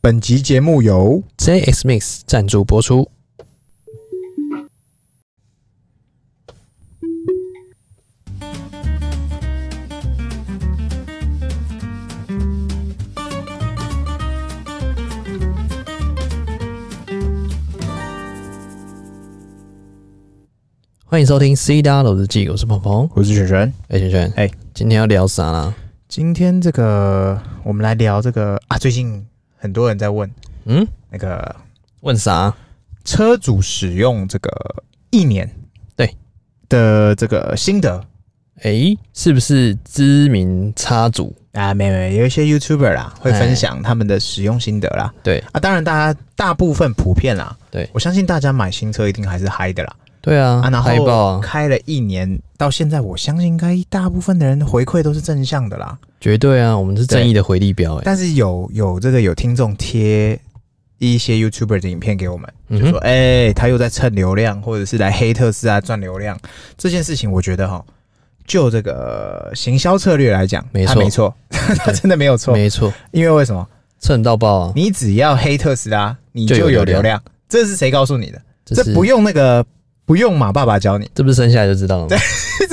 本集节目由 JX Mix 赞助播出。欢迎收听《C W 日记》，我是鹏鹏。我是璇璇。哎、轩轩，哎今天要聊啥啦？今天这个我们来聊这个啊，最近很多人在问嗯，那个问啥？车主使用这个一年对的这个心得哎、是不是知名插组？啊，没有没有，有一些 YouTuber 啦会哎分享他们的使用心得啦。对啊，当然大家大部分普遍啦，对我相信大家买新车一定还是嗨的啦。对啊，啊，然海报后啊，开了一年到现在，我相信应该大部分的人回馈都是正向的啦。绝对啊，我们是正义的回力标、哎，但是有有这个有听众贴一些 YouTuber 的影片给我们，嗯就说哼，哎、他又在蹭流量，或者是来黑特斯拉啊赚流量这件事情，我觉得哈，就这个行销策略来讲，没他错没 错，他真的没有错，没错，因为为什么？蹭到爆啊！你只要黑特斯拉，你就有就有流量流量，这是谁告诉你的？这这是不用那个不用马爸爸教你， 这不是生下来就知道了吗？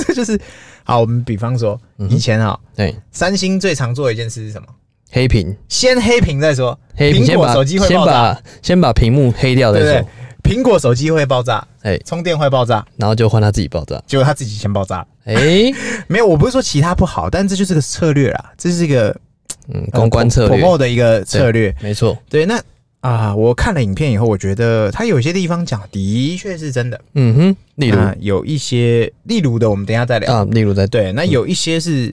这就是好，我们比方说嗯哼以前啊、对，三星最常做的一件事是什么？黑屏，先黑屏再说。黑屏，苹先果把手机会先爆炸，把先把屏幕黑掉再对说不，对？苹果手机会爆炸，哎充电会爆炸，然后就换他自 己爆炸。结果他自己先爆炸了。哎、没有，我不是说其他不好，但这就是个策略啦，这是一个嗯，呃公关策略 promo 的一个策略。没错，对，那啊、我看了影片以后，我觉得他有些地方讲的确是真的。嗯哼，例如那有一些，例如的，我们等一下再聊。啊，例如在，对，那有一些是，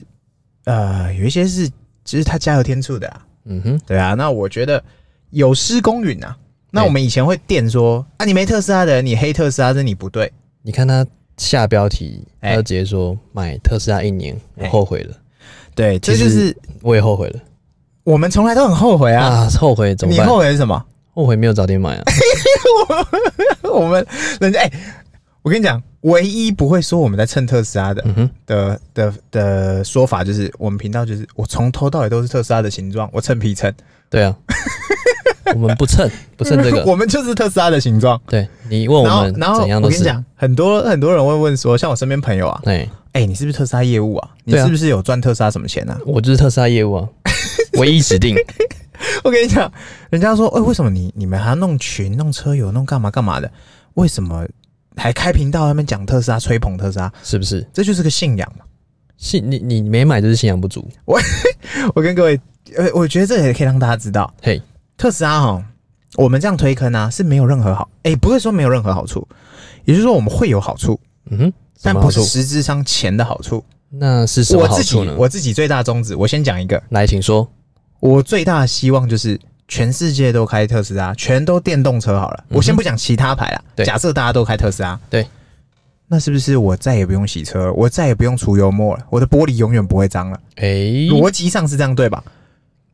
呃，有一些是，只是他加油添醋的啦。嗯哼，对啊，那我觉得有失公允啊。那对我们以前会电说啊，你没特斯拉的人，你黑特斯拉，这你不对。你看他下标题，哎他就直接说买特斯拉一年，我哎后悔了，对，这其就实是我也后悔了我们从来都很后悔啊。啊，后悔怎么你办？后悔是什么？ 后悔没有早点买啊！我们人家哎、我跟你讲，唯一不会说我们在蹭特斯拉的嗯哼，的的的说法，就是我们频道就是我从头到尾都是特斯拉的形状，我蹭皮蹭，对啊，我们不蹭不蹭这个，我们就是特斯拉的形状。对你问我然后们，然后怎样我都跟你是，讲，很多很多人会问说，像我身边朋友啊，哎，哎、你是不是特斯拉业务啊？你对啊是不是有赚特斯拉什么钱啊？ 我就是特斯拉业务啊，唯一指定，我跟你讲，人家说，哎、为什么你你们还要弄群、弄车友、弄干嘛干嘛的？为什么还开频道他们讲特斯拉、吹捧特斯拉？是不是？这就是个信仰嘛。信你你没买就是信仰不足，我跟各位，呃，我觉得这也可以让大家知道，嘿，特斯拉哈，我们这样推坑啊是没有任何好，哎、不会说没有任何好处，也就是说我们会有好处，嗯哼，什但么好不处是？实质上钱的好处。那是什么我好自己处呢？我自己最大宗旨，我先讲一个，来，请说。我最大的希望就是全世界都开特斯拉，全都电动车好了。我先不讲其他牌啦，嗯对假设大家都开特斯拉，对，那是不是我再也不用洗车了，我再也不用除油墨了，我的玻璃永远不会脏了？哎、逻辑上是这样对吧？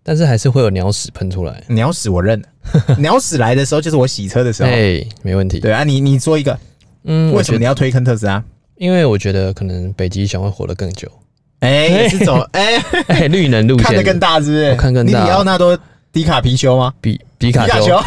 但是还是会有鸟屎喷出来。鸟屎我 认了，鸟屎来的时候就是我洗车的时候。哎、没问题。对啊，你你说一个，嗯，为我什觉么得，你要推坑特斯拉？因为我觉得可能北极熊会活得更 久，哎、也是 走哎、哎、绿能路线看得更大是不是？我看更大你里奥纳多迪卡皮修吗？比比迪卡丘，丘。。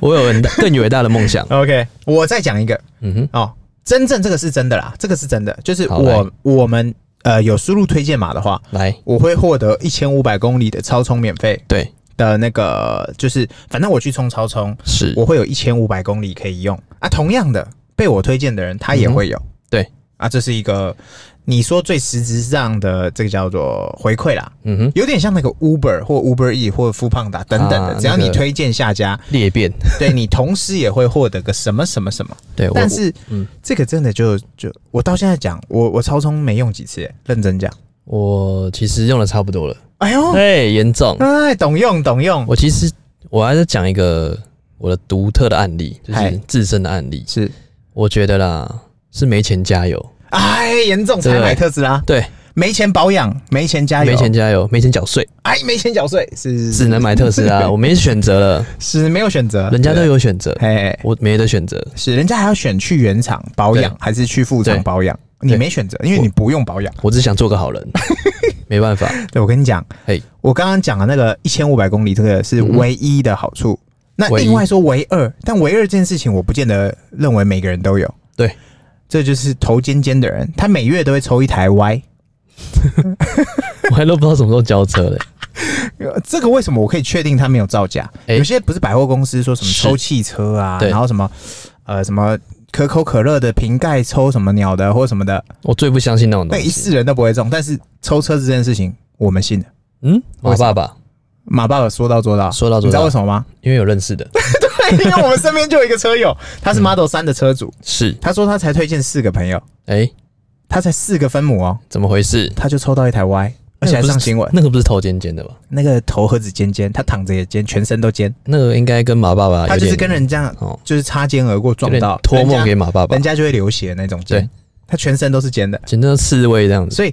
我有很大更伟大的梦想 OK，我 再讲一个，嗯哼，哦，真正这个是真的啦，这个是真的，就是好来我我们呃有输入推荐码的话，来，我会获得一千五百公里的超充免费对，的那个，就是反正我去充超充，是我会有一千五百公里可以用啊。同样的，被我推荐的人他也会有，嗯对啊，这是一个你说最实质上的这个叫做回馈啦。嗯哼，有点像那个 Uber 或 Uber E 或 f o o p a n d a 等等的，啊只要那个你推荐下家， 裂变。对你同时也会获得个什么什么什么。对，我但是，嗯这个真的就就我到现在讲，我我超充没用几次，认真讲。我我其实用的差不多了。哎呦，哎，严重。哎，懂用懂用，我其实我还是讲一个我的独特的案例，就嗨是自身的案例。是，我觉得啦，是没钱加油，哎，严重对才不对买特斯拉，对，没钱保养，没钱加油，没钱，加油，没钱缴税，哎，没钱缴税，是只能买特斯 拉。我没选择了，是没有选择，人家都对，有选择，哎，我没得选择。是人家还要选去原厂保养还是去副厂对保养，你没选择，因为你不用保养。我只想做个 好人，没办法。对，我跟你讲嘿，我刚刚讲的那个一千五百公里，这个是嗯唯一的好处。那唯一另外说唯二，但唯二这件事情，我不见得认为每个人都有。对，这就是头尖尖的人，他每月都会抽一台 Y。我还都不知道什么时候交车嘞。呃这个为什么我可以确定他没有造假？哎有些不是百货公司说什么是抽汽车啊，对然后什么呃什么可口可乐的瓶盖抽什么鸟的或什么的，我最不相信那种那东一世西。人都不会中。但是抽车子这件事情，我们信了。嗯，马爸爸马爸爸说到做到，说到你做知道为到，什么 吗？因为有认识的，因为我们身边就有一个车 友，他是 Model 三的车主，是他说他才推荐四个朋友，哎、他才四个分母哦，怎么回事？他就抽到一台 Y，而且还上新闻。那个不是头尖尖的吧？那个头何止尖尖，他躺着也尖，全身都尖，那个应该跟马爸爸啊有点，他就是跟人家哦，就是擦肩而过有撞点到，托人梦家给马爸爸人，家就会流血那种尖对，他全身都是尖的。简直就是刺猬这样子。所以，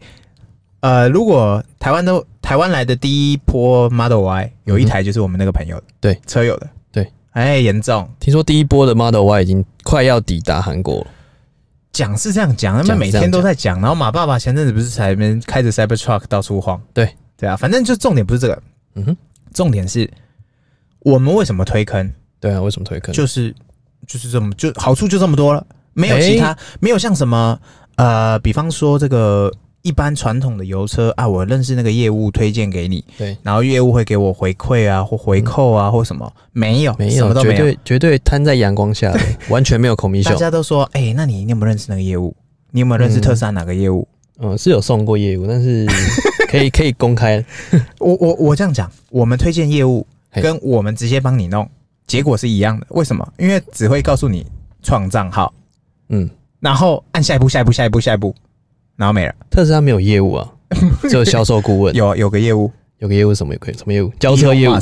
呃，如果台湾都台湾来的第一波 Model Y 有一台就是我们那个朋友的，嗯对，车友的，对，哎，严重。听说第一波的 Model Y 已经快要抵达韩国了，讲是这样讲，他们讲每是这样天都在讲。然后马爸爸前阵子不是才在那边开着 Cybertruck 到处晃？对对啊，反正就重点不是这个，嗯哼，重点是我们为什么推坑，对啊，为什么推坑？就是就是这么就好处就这么多了，没有其他，没有像什么呃，比方说这个一般传统的油车啊，我认识那个业务推荐给你，对，然后业务会给我回馈啊或回扣啊、或什么，没有，没什有么，都绝没有。对绝对摊在阳光下的，完全没有孔明大秀。家都说，哎、那你你有没有认识那个业务？你有没有认识嗯特斯拉哪个业务？嗯，是有送过业务，但是可以可 以公开，我我我这样讲，我们推荐业务嘿跟我们直接帮你弄，结果是一样的。为什么？因为只会告诉你创账号，嗯，然后按下一步、下一步、下一步、下一步，然后没了。特斯拉没有业务啊， 只有销售顾问。有有有个业务，有个业务是什么可以什么业务？交车业务 Elon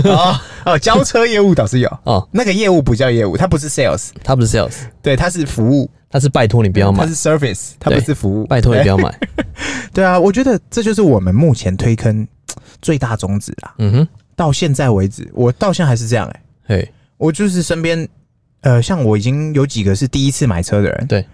Musk 哦 哦，交车业务倒是有，哦，那个业务不叫业务，它不是 sales，他不是 sales，对，它是服务，他是拜托你不要它买，是 service，它对不是服务。拜托你不 要买。对啊，我觉得这就是我们目前推坑最大宗旨啦。嗯哼，到现在为止，我到现在还是这样哎、嘿，我就是身边，呃，像我已经有几个是第一次买车的人，对，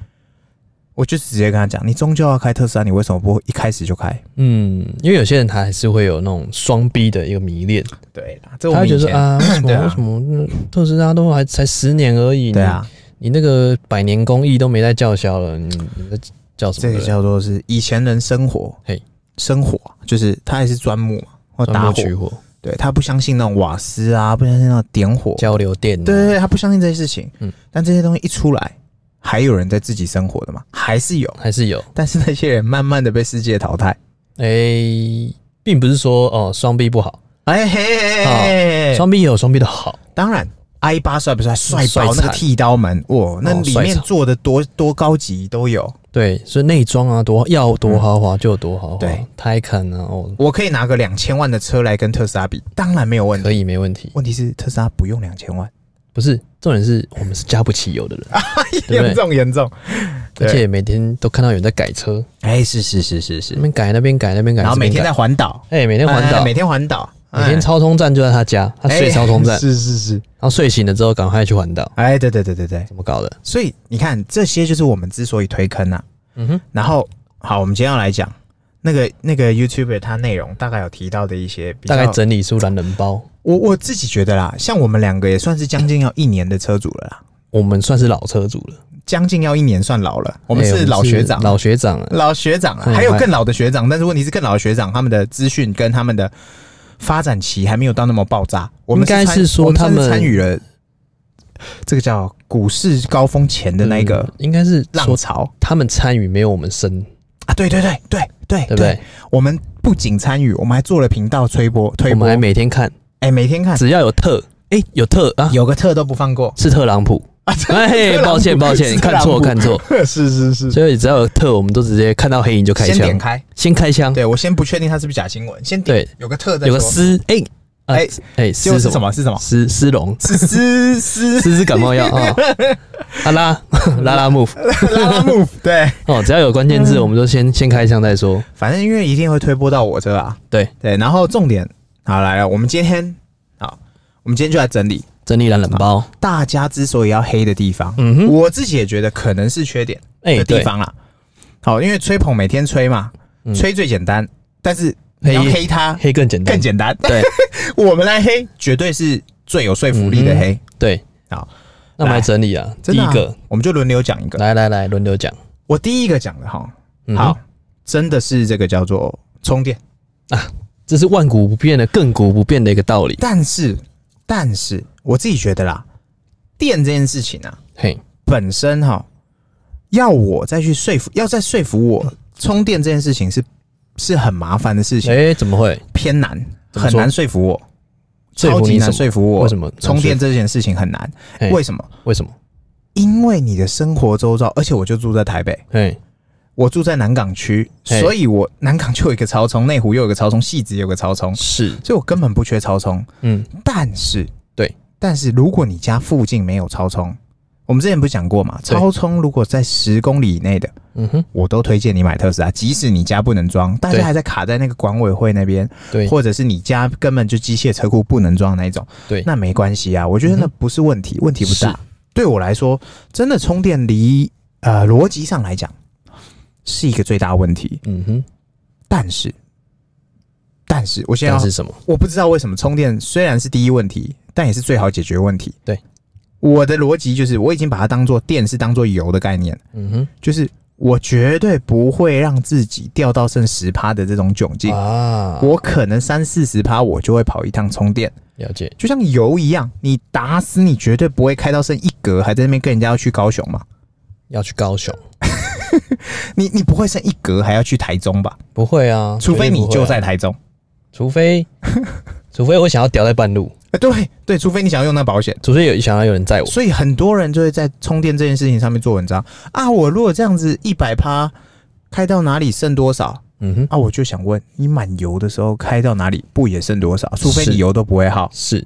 我就直接跟他讲，你终究要开特斯拉，你为什么不一开始就开？嗯，因为有些人他还是会有那种双逼的一个迷恋，对啦，这我他们会以觉得前，啊，为 什对啊么为什么那特斯拉都还才十年而已，对啊，你，你那个百年工艺都没在叫嚣了，你你在叫什这么个人？叫做是以前人生活，嘿，生火就是他还是钻木嘛，或钻打火，木取火，对他不相信那种瓦斯啊，不相信那种点火，交流电啊，对对对，他不相信这些事情。嗯嗯，但这些东西一出来，还有人在自己生活的嘛，还是有，还是有。但是那些人慢慢的被世界淘汰。诶、并不是说哦双臂不好，哎嘿嘿嘿嘿，哦双臂也有双臂的好，当然，i 八帅不帅？帅帅爆那个惨剃刀门，哇，那哦里帅面惨做的多多高级都有。对，所以内装啊多要多豪华就有多豪华，嗯对，Taycan 啊哦我可以拿个两千万的车来跟特斯拉比，当然没有问题。可以没问题，问题是特斯拉不用两千万，不是重点是我们是加不起油的人，对严重严重。 对而且每天都看到有人在改车，哎，是是是是那是，边改那边改那边改，然后这每边天在改环岛，哎、每天环岛、哎每每天环岛，天超充站就在他家，他哎睡超充站，是是是，然后睡醒了之后赶快去环岛，哎，对对对对对，怎么搞的？所以你看这些就是我们之所以推坑啊。嗯哼，然后好，我们今天要来讲那个那个 YouTuber 他内容大概有提到的一些比大较概整理出懒人包，我我自己觉得啦，像我们两个也算是将近要一年的车主了啦，我们算是老车主了，将近要一年算老了，我们哎是老学长，老学长了，老学长了，嗯还有更老的学长，但是问题是更老的学长他们的资讯跟他们的发展期还没有到那么爆炸，我们应该参是说我们算他们参与了这个叫股市高峰前的那个嗯应该是浪说潮、他们参与没有我们深，啊，对对对对对对不对？我们不仅参与，我们还做了频道推播推我播，们还哎、每天看，每天看只要有特，哎、有特啊，有个特都不放过，是特朗普。哎、 特朗普抱歉抱是歉，特看朗错普看错。 是是是，所以只要有特，我们都直接看到黑影就开先枪，点先开。开枪。对我先不确定它是不是假新闻，先点对有个特在有个丝，哎啊哎哎，结果丝是什什么？么？是什么？丝丝绒，是丝丝丝是感冒药 啊。阿拉 拉拉 move 拉 拉 move 对，哦，只要有关键嗯字，我们就先先开枪再说。反正因为一定会推播到我这啊，对，对，然后重点好来了，我们今天好，我们今天就来整理整理懒人包，大家之所以要黑的地方，嗯哼，我自己也觉得可能是缺点哎的地对，方啦。啊好，因为吹捧每天吹嘛，嗯吹最简单，但是你要黑黑他黑更简单，更简单。对 我们来黑，绝对是最有说服力的黑。对。好，那我们来来整理啊，嗯第真的一啊个，我们就轮流讲一个。来来来，轮流讲。我第一个讲的哈，嗯好，，真的是这个叫做充电，这是万古不变的、亘古不变的一个道理。但是但是我自己觉得啦，电这件事情啊，嘿，本身哈，要我再去说服，要再说服我充电这件事情是是很麻烦的事情，哎，怎么会？偏难，怎么很说难说服我，说服超级你什难么说服我。为什么难充说电服这件事情很难？嘿为什么？为什么？因为你的生活周遭，而且我就住在台北，嘿，我住在南港区，嘿所以我南港就有一个超充，内湖又有一个超充，戏子也有个超充，是，所以我根本不缺超充。嗯，但是，对，但是如果你家附近没有超充，我们之前不是讲过嘛？对超充如果在十公里以内的，嗯哼，我都推荐你买特斯拉，即使你家不能装，大家对还在卡在那个管委会那边，对，或者是你家根本就机械车库不能装那一种，对那没关系啊，我觉得那嗯不是问题，问题不大是。对我来说，真的充电离呃逻辑上来讲是一个最大问题，嗯哼，但是，但是我现在但要是什么？我不知道为什么充电虽然是第一问题，但也是最好解决问题。对，我的逻辑就是我已经把它当做电是当做油的概念，嗯就是我绝对不会让自己掉到剩十趴的这种窘境。哼，啊，我可能三四十趴，我就会跑一趟充电，了解，就像油一样，你打死你绝对不会开到剩一格，还在那边跟人家要去高雄嘛？要去高雄。你你不会剩一格还要去台中吧？不会啊，除非绝对你不会啊就在，台中，除非， 除非我想要掉在半路，呃对对，除非你想要用那保险。除非有想要有人载我，所以很多人就会在充电这件事情上面做文章啊。我如果这样子一百趴开到哪里剩多少嗯哼，啊？我就想问，你满油的时候开到哪里不也剩多少？除非你是油都不会耗，是，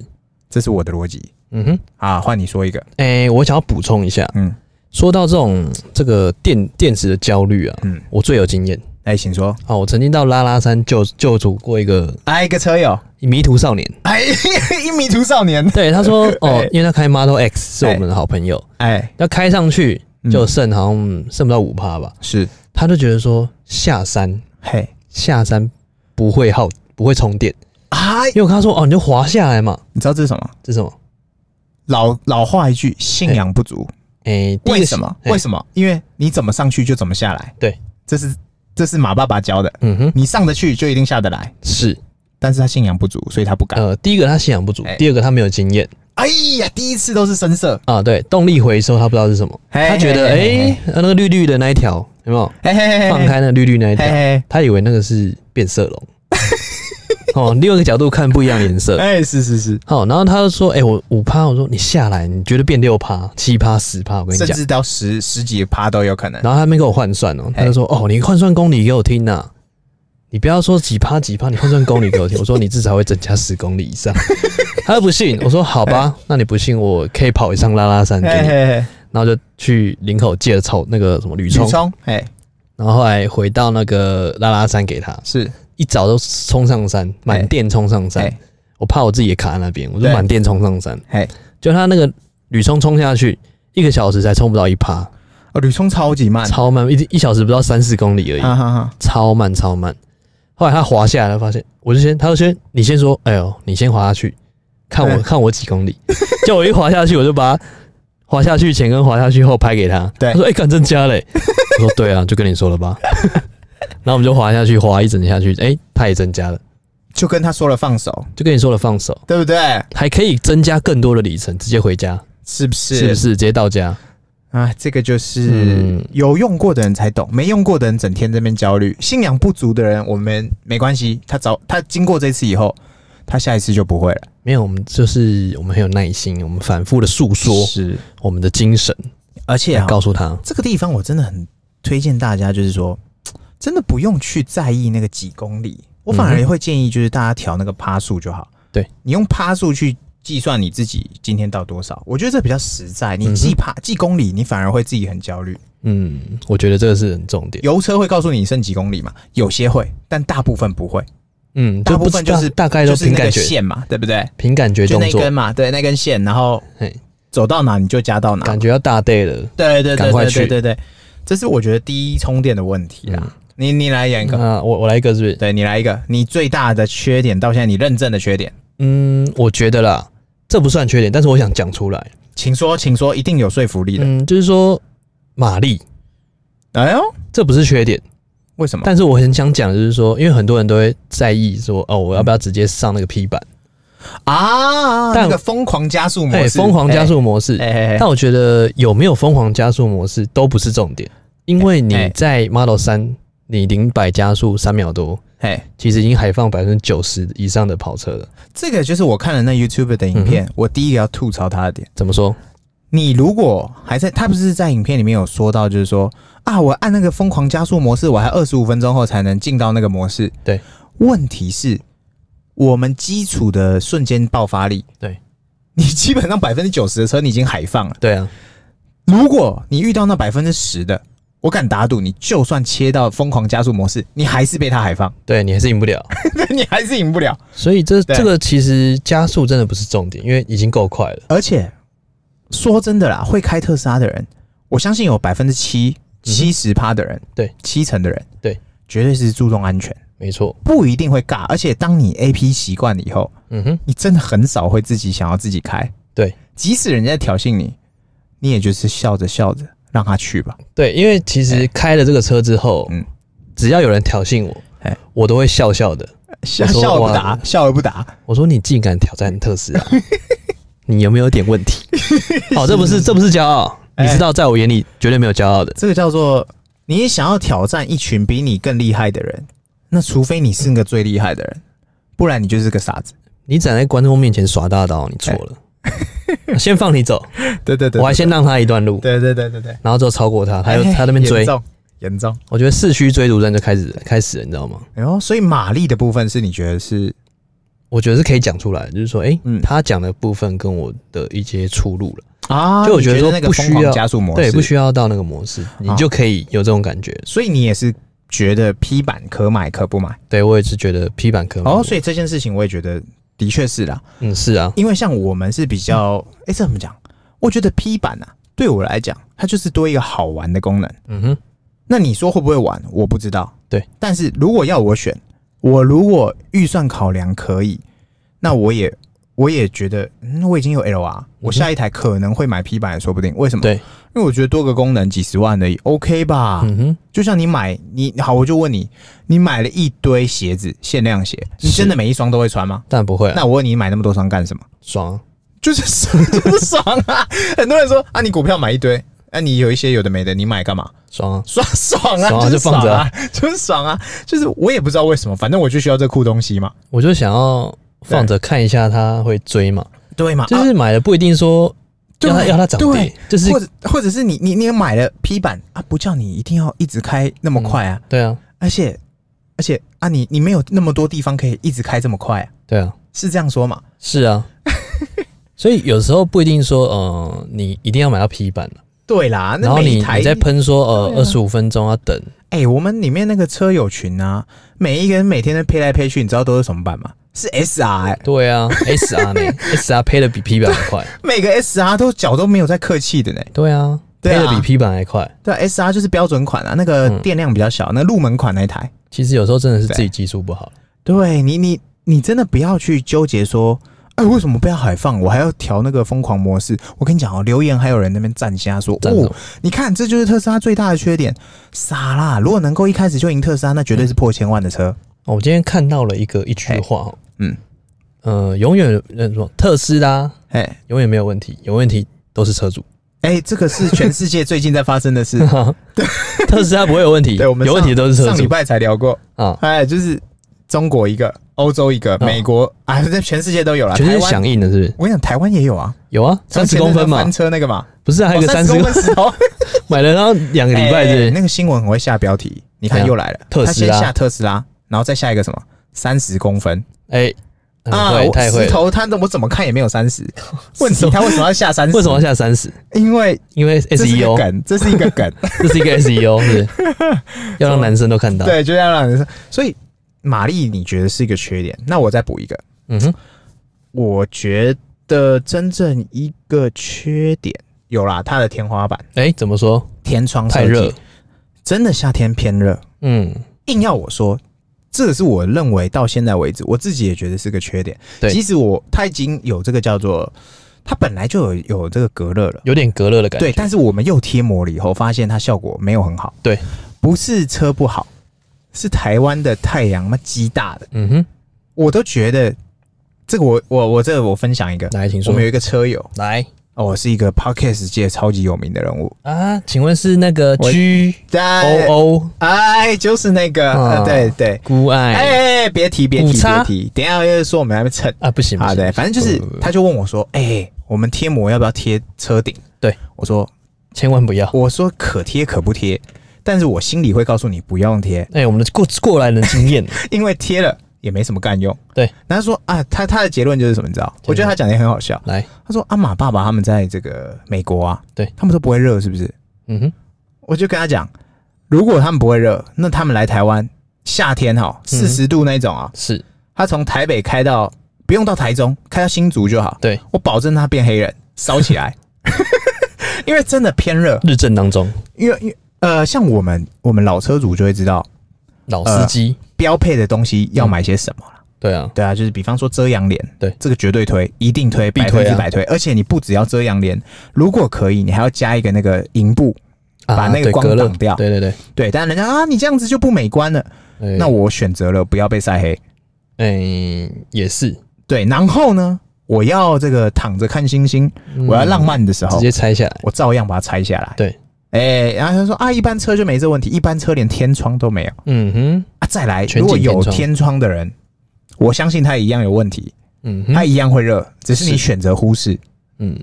这是我的逻辑嗯哼，啊。换你说一个，哎、我想要补充一下，嗯说到这种这个电电池的焦虑啊，嗯，我最有经验哎，请说。啊，我曾经到拉拉山救救助过一个哎，一个车友，迷途 少年，哎，一迷途少年，对，他 说哦哎，因为他开 Model X 是我们的好朋友，哎，要开上去嗯就剩好像嗯剩不到五趴吧，是，他就觉得说下山嘿，下山不会耗不会充电，哎，因为我跟他说哦，你就滑下来嘛，你知道这是什么？这是什么？老老话一句，信仰不足。哎、第一为个什么？哎为什么？因为你怎么上去就怎么下来。对，这是这是马爸爸教的。嗯哼，你上得去就一定下得来，是但是他信仰不足，所以他不敢。呃，第一个他信仰不足哎，第二个他没有经验哎呀，第一次都是深色，啊，对，动力回收他不知道是什么，嘿他觉得哎、嘿嘿诶那个绿绿的那一条有没有嘿嘿嘿嘿，放开那绿绿那一条嘿，，嘿他以为那个是变色龙， 哦，另外一个角度看不一样颜 嘿，色。哎，是是是，好，然后他就说：“哎、我五趴，我说你下来，你觉得变六趴、七趴、十趴，我跟你甚讲。至到十十几趴都有可”能。然后他没给我换算哦，他就说：“哦，你换算公里给我听呐、你不要说几趴几趴，你换算公里给我听。”我说：“你至少会增加十公里以上。” 他就不信，我说：“好吧，那你不信，我可以跑一上拉拉山给嘿你。嘿嘿，”然后就去林口借了抽那个什么铝补冲，充，哎，然后后来回到那个拉拉山给他，是，一早都冲上山，满电冲上山。哎，我怕我自己也卡在那边，我就对满电冲上山。嘿，就他那个铝冲冲下去，一个小时才冲不到一趴，哦，吕冲超级慢，超慢，一一小时不到三四公里而已，哈哈哈，超慢超慢。后来他滑下来，他发现我就先，他就先，你先说，哎呦，你先滑下去，看我、嗯看我几公里。就我一滑下去，我就把他滑下去前跟滑下去后拍给他，对他说，哎、干增加嘞。我说对啊，就跟你说 了吧。然后我们就滑下去，滑一整下去，哎、他也增加了，就跟他说了放手，就跟你说了放手。对不对？还可以增加更多的里程，直接回家，是不是不是？是直接到家？啊，这个就是嗯有用过的人才懂，没用过的人整天这边焦虑，信仰不足的人，我们没关系，他早他经过这次以后，他下一次就不会了。没有，我们就是我们很有耐心，我们反复的诉说是，我们的精神，而且啊，告诉他，这个地方我真的很推荐大家，就是说，真的不用去在意那个几公里，我反而嗯会建议就是大家调那个趴数就好。对你用趴数去计算你自己今天到多少，我觉得这比较实在。嗯你哼记趴记公里，你反而会自己很焦虑。嗯，我觉得这个是很重点，油车会告诉你剩几公里嘛？有些会，但大部分不会，嗯，大部不知分就是大大概就都是凭那感个觉，线嘛，对不对？凭感觉就动那作，根嘛，对，那根线，然后嘿走到哪你就加到哪。感觉要大 day 了，对对对赶快对对去嗯对对，这是我觉得第一充电的问题啦。啊你你来演一个，那我我来一个是不是？对你来一个，你最大的缺点到现在你认证的缺点，嗯，我觉得啦，这不算缺点，但是我想讲出来。请说，请说，一定有说服力的。嗯，就是说马力，哎呦，这不是缺点，嗯为什么？但是我很想讲，就是说，因为很多人都会在意说，哦，我要不要直接上那个 P 版？啊，但那个疯狂加速模哎、式，疯狂加速模式。哎，哎哎哎但我觉得有没有疯狂加速模式都不是重点，因为哎你在 Model 三，你零百加速三秒多，哎，其实已经海放百分之九十以上的跑车了。这个就是我看了那 YouTube 的影嗯片，我第一个要吐槽他的点。怎么说？你如果还在，他不是在影片里面有说到，就是说啊，我按那个疯狂加速模式，我还二十五分钟后才能进到那个模式。对，问题是，我们基础的瞬间爆发力，对你基本上百分之九十的车你已经海放了。对啊，如果你遇到那百分之十的，我敢打赌，你就算切到疯狂加速模式，你还是被他海放， 对你还是赢不了。对你还是赢不了。所以这对这个其实加速真的不是重点，因为已经够快了。而且说真的啦，会开特斯拉的人，我相信有百分之七七十趴的人，对七成的人，对，绝嗯对是注重安全，没错，不一定会尬。而且当你 A P 习惯了以后，嗯哼，你真的很少会自己想要自己开，对即使人家在挑衅你，你也就是笑着笑着让他去吧。对，因为其实开了这个车之后，嗯只要有人挑衅我，哎我都会笑笑的。 笑我说笑而不哇答，笑而不答，我说你竟敢挑战特 斯拉，你有没有点问题？好，这不是这不是骄傲，哎你知道，在我眼里绝对没有骄傲的。这个叫做你想要挑战一群比你更厉害的人，那除非你是那个最厉害的人，不然你就是个傻子。你站在观众面前耍大刀，你错了。 先放你走，对哎 对对，我还先让他一段路，对对对对对，然后之后超过他，他又哎他那边追严。重严重。我觉得市区追逐战就开始开始了，你知道吗？哎呦，所以马力的部分是你觉得是我觉得是可以讲出来，就是说，哎、嗯他讲的部分跟我的一些出入了，啊就我觉得你说那个不需疯狂要加速模式，啊对，不需要到那个模式，你就可以有这种感觉。所以你也是觉得 P 版可买可不买。对我也是觉得 P 版可以哦，所以这件事情我也觉得的确是啦，嗯，是啊，因为像我们是比较，哎、这怎么讲？我觉得 P 版啊，对我来讲，它就是多一个好玩的功能。嗯哼，那你说会不会玩？我不知道。对，但是如果要我选，我如果预算考量可以，那我也我也觉得，嗯，我已经有 L R，我下一台可能会买 P 版，说不定。为什么？对，因为我觉得多个功能几十万而已，OK 吧？嗯哼，就像你买你好，我就问你，你买了一堆鞋子，限量鞋，你是真的每一双都会穿吗？但不会啊，那我问你，你买那么多双干什么？爽啊，就是爽， 就是爽啊！很多人说啊，你股票买一堆，啊，你有一些有的没的，你买干嘛？爽啊，爽爽啊，爽啊就是就放爽着啊， 就是爽啊，就是我也不知道为什么，反正我就需要这酷东西嘛，我就想要放着看一下他会追嘛，对嘛？就是买了不一定说对要他要他涨对跌，就是或者或者是你你你也买了 P 版啊，不叫你一定要一直开那么快啊，对啊，而且而且啊，你你没有那么多地方可以一直开这么快啊，对啊，是这样说嘛？是 啊，所以有时候不一定说，呃，你一定要买到 P 版了，对啦，然那后每你一台你再喷说，对呃，啊二十五分钟要等，哎、我们里面那个车友群啊，每一个人每天都配来配去，你知道都是什么版吗？是 SR，、欸、对啊，SR 呢，SR 配的比 P 版还快。每个 SR 都脚都没有在客气的呢。对啊，对配啊的比 P 版还快。对啊，SR 就是标准款啊，那个嗯电量比较小，那入门款那一台。其实有时候真的是对自己技术不好，对你，你你真的不要去纠结说，哎、为什么不要海放？我还要调那个疯狂模式。我跟你讲哦，留言还有人那边站瞎说，赞同哦，你看这就是特斯拉最大的缺点，傻啦！如果能够一开始就赢特斯拉，那绝对是破千万的车。哦我今天看到了一个一句话哦，嗯，呃，永远呃什么特斯拉哎、永远没有问题，有问题都是车主。 哎、这个是全世界最近在发生的事。特斯拉不会 有问题，对，我们有问题上都是车上主礼拜才聊过，啊。哎，就是中国一个，欧洲一个，美国啊，在全世界都有了。嗯全台是湾，响应的，是不是？我跟你讲，台湾也有啊，有啊，三十公分嘛翻，车那个嘛，不是啊还有一个哦三十公公，分 石头。买了然后两个礼拜，哎是不是？那个新闻很会下标题，你看怎样又来了，特斯拉他先下特斯拉，然后再下一个什么三十公分哎，很会，啊我太会石了。头他我怎么看也没有三 十，问题他为什么要下三十？为什么要？E 下三十？因为因为这是一个 SEO，梗，这是一个梗， 这是一个 SEO，是 不是要让男生都看到。对，就要让人说。所以玛丽，你觉得是一个缺点？那我再补一个，嗯哼，我觉得真正一个缺点有啦，它的天花板哎，怎么说？天窗设太计热真的夏天偏热，嗯，硬要我说，这个是我认为到现在为止，我自己也觉得是个缺点。对即使我它已经有这个叫做，它本来就有有这个隔热了，有点隔热的感觉。对，但是我们又贴膜了以后，发现它效果没有很好。对，不是车不好，是台湾的太阳妈鸡大的，嗯哼，我都觉得这个我我我这个我分享一个，来，请我说们。有一个车友来哦，是一个 podcast 界超级有名的人物，啊，请问是那个我 G 在 O O 哎，就是那个，哦啊呃对对，孤爱哎，别提别提五叉别提，等一下又说我们还没蹭。啊？不行，不好行的，反正就是不不不他就问我说：“哎、我们贴膜要不要贴车顶？”对我说千万不要：“。我说可贴可不贴，但是我心里会告诉你不用贴， 哎，我们的过过来人经验，因为贴了也没什么干用。”对，然后他说啊，他他的结论就是什么？你知道？我觉得他讲的也很好笑。来，他说：“阿马爸爸他们在这个美国啊，对他们都不会热，是不是嗯哼，？”我就跟他讲，如果他们不会热，那他们来台湾夏天哈，四十度那种啊，是他从台北开到不用到台中，开到新竹就好。对，我保证他变黑人，烧起来， 因为真的偏热。日正当中因为因为呃，像我们我们老车主就会知道老司机，标配的东西要买些什么了。对啊，对啊，就是比方说遮阳帘，对这个绝对推，一定推，必百推分啊之百推。而且你不只要遮阳帘，如果可以，你还要加一个那个银布。啊把那个对光隔热挡掉对对对，对，但人家啊，你这样子就不美观了。哎那我选择了不要被晒黑。哎也是，对，然后呢，我要这个躺着看星星，嗯我要浪漫的时候直，接拆下来，我照样把它拆下来。对，哎、然后他说啊，一般车就没这问题，一般车连天窗都没有嗯哼，啊。再来，全景如果有天窗天窗的人，我相信他一样有问题，嗯他哼，一样会热，只是你是选择忽视，嗯，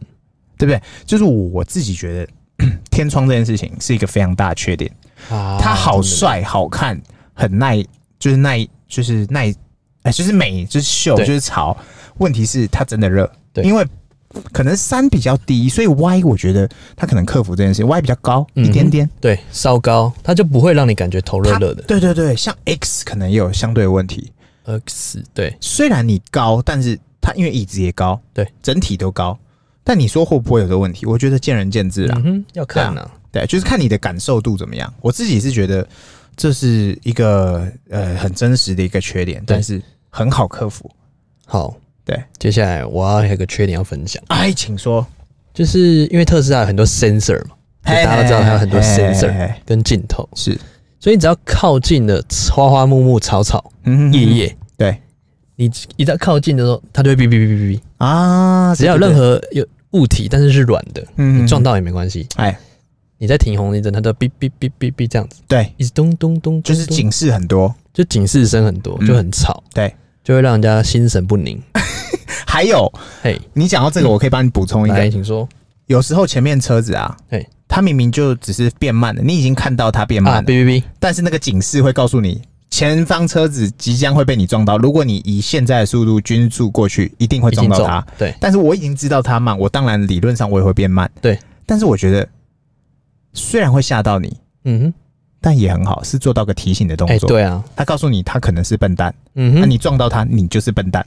对不对？就是我自己觉得天窗这件事情是一个非常大的缺点，啊他好真的帅、好看、很耐，就是耐，就是耐，哎、就是美，就是秀，对就是潮。问题是他真的热，对因为。可能山比较低，所以 Y 我觉得他可能克服这件事情，Y 比较高、嗯一哼点点，对，烧高，它就不会让你感觉头热它热的。对对对，像 X 可能也有相对的问题， X 对，虽然你高，但是它因为椅子也高，对，整体都高。但你说会不会有这个问题？我觉得见仁见智啦，啊嗯哼，要看呐、对，就是看你的感受度怎么样。我自己是觉得这是一个呃很真实的一个缺点，但是很好克服。好，对，接下来我要有一个缺点要分享，哎，请说，就是因为特斯拉有很多 sensor 嘛，就大家都知道它有很多嘿嘿嘿 sensor 嘿跟镜头，是，所以你只要靠近了花花木木、草草、嗯叶，叶，对你一到靠近的时候，它就会哔哔哔哔哔，啊，只要有对任，对对何有物体但是是软的，嗯你撞，到也没关系。哎，你在停红绿灯，它就哔哔哔哔哔这样子，对，一直咚咚咚咚咚，就是警示很多，就警示声很多，嗯就很吵，对。就会让人家心神不宁。还有，嘿，你讲到这个， 嗯我可以帮你补充一个来，，请说。有时候前面车子啊嘿，它明明就只是变慢了，你已经看到它变慢啊，了，哔哔哔，但是那个警示会告诉你，前方车子即将会被你撞到。如果你以现在的速度均速过去，一定会已撞经到中它。，对，但是我已经知道它慢，我当然理论上我也会变慢。对，但是我觉得虽然会吓到你，嗯但也很好，是做到个提醒的动哼，哎，作。对啊，他告诉你他可能是笨蛋，嗯那、哼，你撞到他，你就是笨蛋。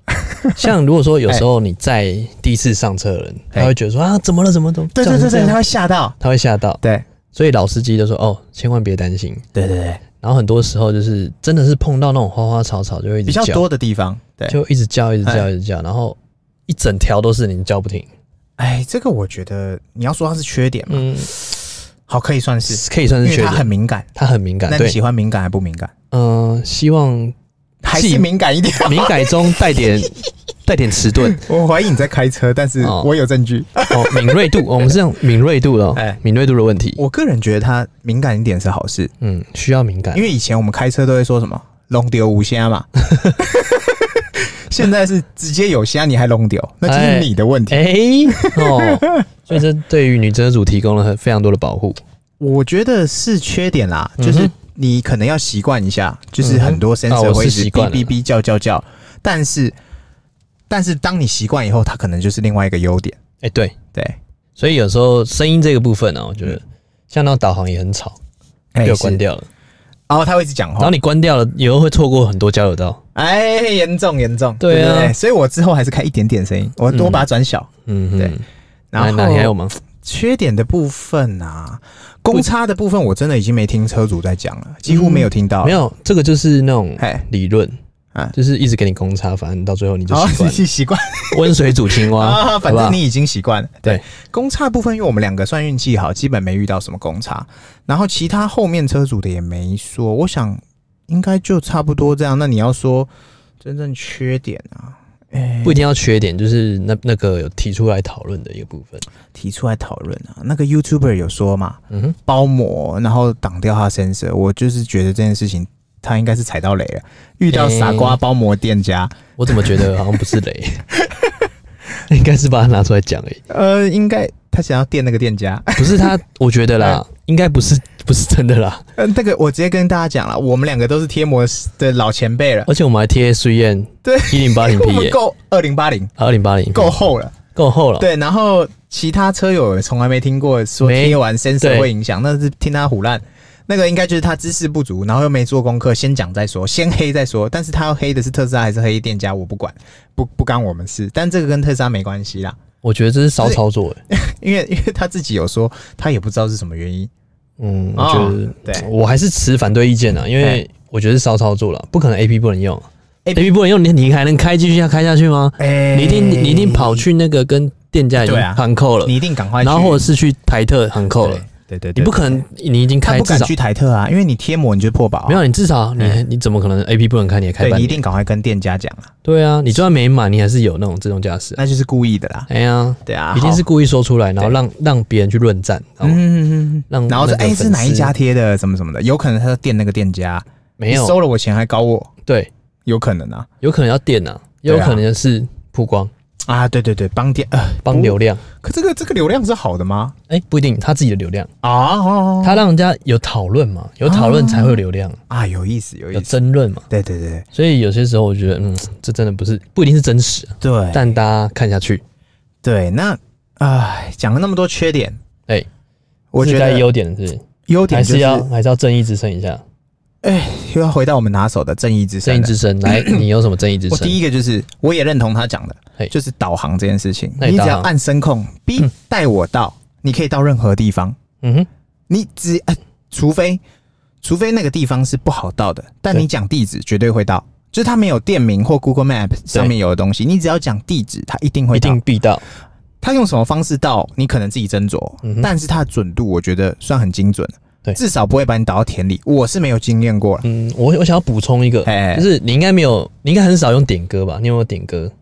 像如果说有时候你在第一次上车的人，哎他会觉得说啊，怎么了，怎么都对对对这对，样他会吓到。他会吓到，对所以老司机就说哦，千万别担心。对对对，然后很多时候就是真的是碰到那种花花草草就会一直比较叫，多的地方，对，就一直叫，一直叫，哎一直叫，然后一整条都是你叫不停，哎，这个我觉得你要说它是缺点嘛，嗯，好可以算是，可以算因是为缺它点，很敏感。他很敏感那，你对，喜欢敏感还不敏感？嗯，希望还自己是敏感一 点。敏感中带 点带点迟钝我怀疑你在开车，但是哦我有证据。哦，敏锐度，哦我们是这样敏锐度的哦哎，敏锐度的问题，我个人觉得他敏感一点是好事，嗯，需要敏感因，为以前我们开车都会说什么“龙丢无虾” 嘛，现在是直接有虾你还龙丢，那就是你的问题。哎、哦，所以这对于女车主提供了很非常多的保护。我觉得是缺点啦，就是嗯哼你可能要习惯一下，就是嗯哼很多啊 sensor 我会是一直习惯哔了哔哔叫叫叫，但是但是当你习惯以后，它可能就是另外一个优点。哎、对，对，所以有时候声音这个部分哦呢、我觉得像那种导航也很吵，嗯哎被我是关掉了。然后哦他会一直讲然话后，你关掉了，以后会错过很多交流道。哎，严重严重，对啊不所以我之后还是开一点点声音，我多把它转小。嗯对哼，然后那那你还有吗？缺点的部分啊，公差的部分我真的已经没听车主在讲了，几乎没有听到、嗯没，有，这个就是那种嘿理论哎，就是一直给你公差，反正到最后你就好，习你惯了。哦 习惯温水煮青蛙， 啊，反好不好正你已经习惯了。对，公差部分，因为我们两个算运气好，基本没遇到什么公差，然后其他后面车主的也没说，我想应该就差不多这样。那你要说真正缺点啊，不一定要缺点，就是那那个有提出来讨论的一个部分。提出来讨论啊，那个 YouTuber 有说嘛，嗯哼，包膜然后挡掉他 sensor，我就是觉得这件事情。他应该是踩到雷了，遇到傻瓜包膜店家，我怎么觉得好像不 是雷？应该是把它拿出来讲诶、呃，应该他想要电那个店家，不是 他，我觉得哎啦，应该不是不是真的啦。呃，那个我直接跟大家讲了，我们两个都是贴膜的老前辈了，而且我们还贴碎燕，对，一 零八零 P 我们耶，嗯哦够二零八零，二零八零够厚了。够厚了。对，然后其他车友也从来没听过说没贴完 sensor 对会影响，那是听他胡乱。那个应该就是他知识不足，然后又没做功课，先讲再说，先黑再说。但是他要黑的是特斯拉还是黑店家，我不管，不不干我们事。但这个跟特斯拉没关系啦，我觉得这是骚操作欸诶、因为因为他自己有说，他也不知道是什么原因。嗯，我哦觉得、对我还是持反对意见啊，因为哎我觉得是骚操作了，不可能 A P 不能用啊 AP ，A P 不能用，你你还能开继续下啊开下去吗？哎你一定你一定跑，去那个跟店家已经对啊喊扣了，你一定赶快去，然后或者是去台特喊扣了，对，对对对，你不可能你已经他开不至敢少去台特啊，因为你贴膜你就破保啊、没有，你至少你嗯你怎么可能 A P 不能开，你也开对半你一年？定赶快跟店家讲啊，对啊，你就算没满，你还是有那种自动驾驶啊。那就是故意的啦。哎呀，对啊，一定是故意说出来，然后对让让别人去论战，好。然后嗯，让然后是那个哎、是粉哪一丝家贴的，什么什么的，有可能他是店那个店家，没你有收了我钱还搞我，对，有可能啊有可能要电啊，也有对啊可能是曝光啊，对对对，帮店呃，帮流量，可这个这个流量是好的吗？哎，不一定他自己的流量，啊，哦他让人家有讨论嘛，有讨论才会有流量，啊有意思有有意思，争论嘛，对对对所以有些时候我觉得，嗯，这真的不是不一定是真实啊，对但大家看下去，对，那啊讲了那么多缺点，哎，我是觉该得优点是优点还就是哎要还是要正义之声一下，又要回到我们拿手的正义之正声义了。之声， 来，你有什么正义之我声？第一个就是，我也认同他讲的嘿，就是导航这件事情，那你你只导要航按声控 B 带我到，你可以到任何地方。嗯哼，你只、呃、除非除非那个地方是不好到的，但对你讲地址绝对会到，就是它没有店名或 Google Map 上面有的东西，你只要讲地址，它一定会一到定。必到，它用什么方式到，你可能自己斟酌，嗯哼但是它的准度我觉得算很精准，对至少不会把你导到田里。我是没有经验过了，嗯，我我想要补充一个，哎、哎就是你应该没有，你应该很少用点歌吧？你有没有点歌？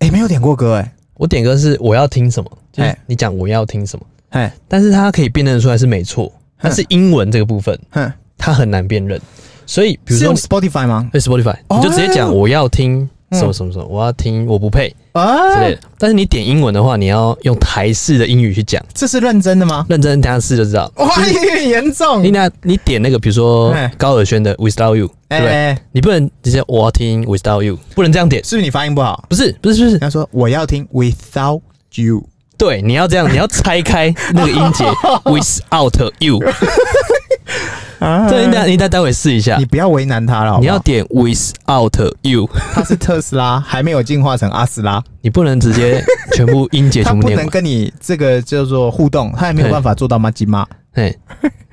哎没有点过歌哎、我点歌是我要听什么，就是哎你讲我要听什么，哎但是它可以辨认出来是没错，但是英文这个部分哼，它很难辨认，所以比如是说用你 Spotify 吗？对 Spotify，哦你就直接讲我要听嗯什么什么什么，我要听我不配之啊类，的。但是你点英文的话，你要用台式的英语去讲，这是认真的吗？认真大家试就知道。哇，有点严重你。那你点那个，比如说哎高尔宣的 Without You，对哎、不对？哎你不能直接我要听 Without You，不能这样点，是不是你发音不 好？不是不是不是人，家说我要听 Without You。对，你要这样，你要拆开那个音 节 without you。啊对，你待你待待会试一下你，不要为难他了好不好你要点 without you，他是特斯拉，还没有进化成阿斯 拉，你不能直接全部音节他全部不念能完。跟你这个叫做互动，他也没有办法做到妈吉妈。哎，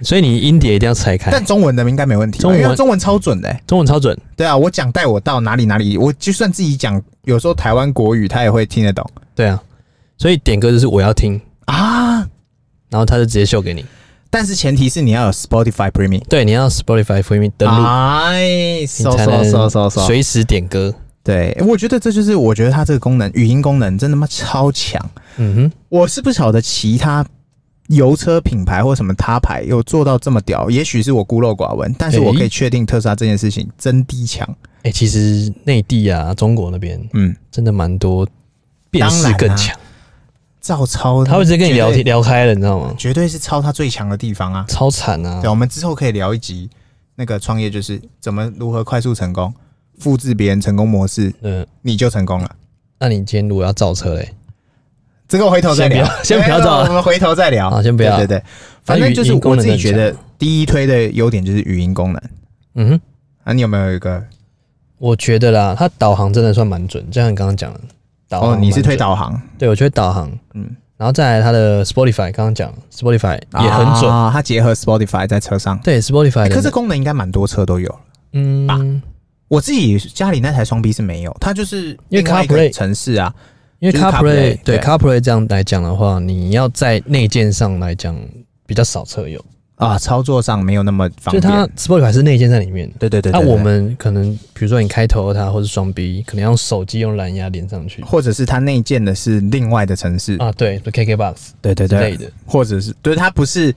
所以你音节一定要拆开。但中文的应该没问题吧，哎中文因为中文超准的、欸。中文超准，对啊，我讲带我到哪里哪里，我就算自己讲，有时候台湾国语他也会听得懂对啊，所以点歌就是我要听，啊。然后他就直接秀给你。但是前提是你要有 Spotify Premium 对，你要 Spotify Premium 登录，哎，你搜才搜搜搜能搜。随时点歌。对，我觉得这就是我觉得它这个功能，语音功能真他妈超强。嗯哼，我是不晓得其他油车品牌或什么他牌有做到这么屌，也许是我孤陋寡闻，但是我可以确定特斯拉这件事情真低强。哎，其实内地啊，中国那边嗯，真的蛮多辨识当然更啊强，照抄他会直接跟你聊嗯绝对天，聊开了，你知道吗？绝对是抄他最强的地方啊。超惨啊！对，我们之后可以聊一集那个创业，就是怎么如何快速成功，复制别人成功模式，嗯，你就成功了。那你今天如果要造车嘞，这个回头再聊，先不要先不要 照了对我们回头再聊。好先不要对对对，反正就是语音我功自能己觉得很第一推的优点就是语音功能。嗯哼，啊，你有没有一个？我觉得啦，它导航真的算蛮准，就像你刚刚讲的，导航、哦，你是推？导航？对，我觉得导航，嗯嗯，然后再来它的 Spotify，刚刚讲 Spotify 也很准，啊，它结合 Spotify 在车上，对 Spotify 欸的，可啊这功能应该蛮多车都有了。嗯，我自己家里那台双 B 是没有，它就是因为另外一个 CarPlay 城市啊，因为就是 CarPlay CarPlay，对对 CarPlay 这样来讲的话，你要在内建上来讲比较少车友，啊，操作上没有那么方就便。它 Spotify 是内建在里面的。对对对，那、对对我们可能比如说你开头它或是双 B，可能要用手机用蓝牙连上去或者是它内建的是另外的城市，啊，对，KKBox 对对之类对，的，或者是对它不是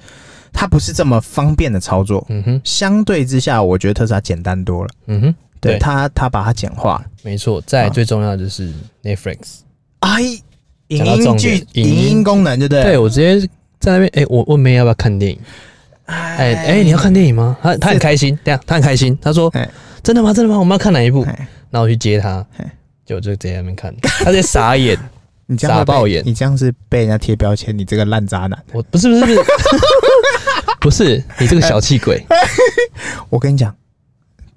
它不是这么方便的操作。嗯哼，相对之下，我觉得特斯拉简单多了。嗯哼，对对它，它把它简化了。没错。再来啊最重要的就是 Netflix，哎，影讲到音重剧点影影音音功能，对不对？对我直接在那边，哎、我问妹要不要看电影，哎、哎、你要看电影吗？她她很开心，这样她很开心，她说、哎真的吗？真的吗？我们要看哪一部？哎然后我去接她哎，就就直接在那边看，她直接傻 眼，你这样会被傻爆眼你这样是被人家贴标签，你这个烂渣男。我不是不是 不是不是你这个小气鬼，我跟你讲，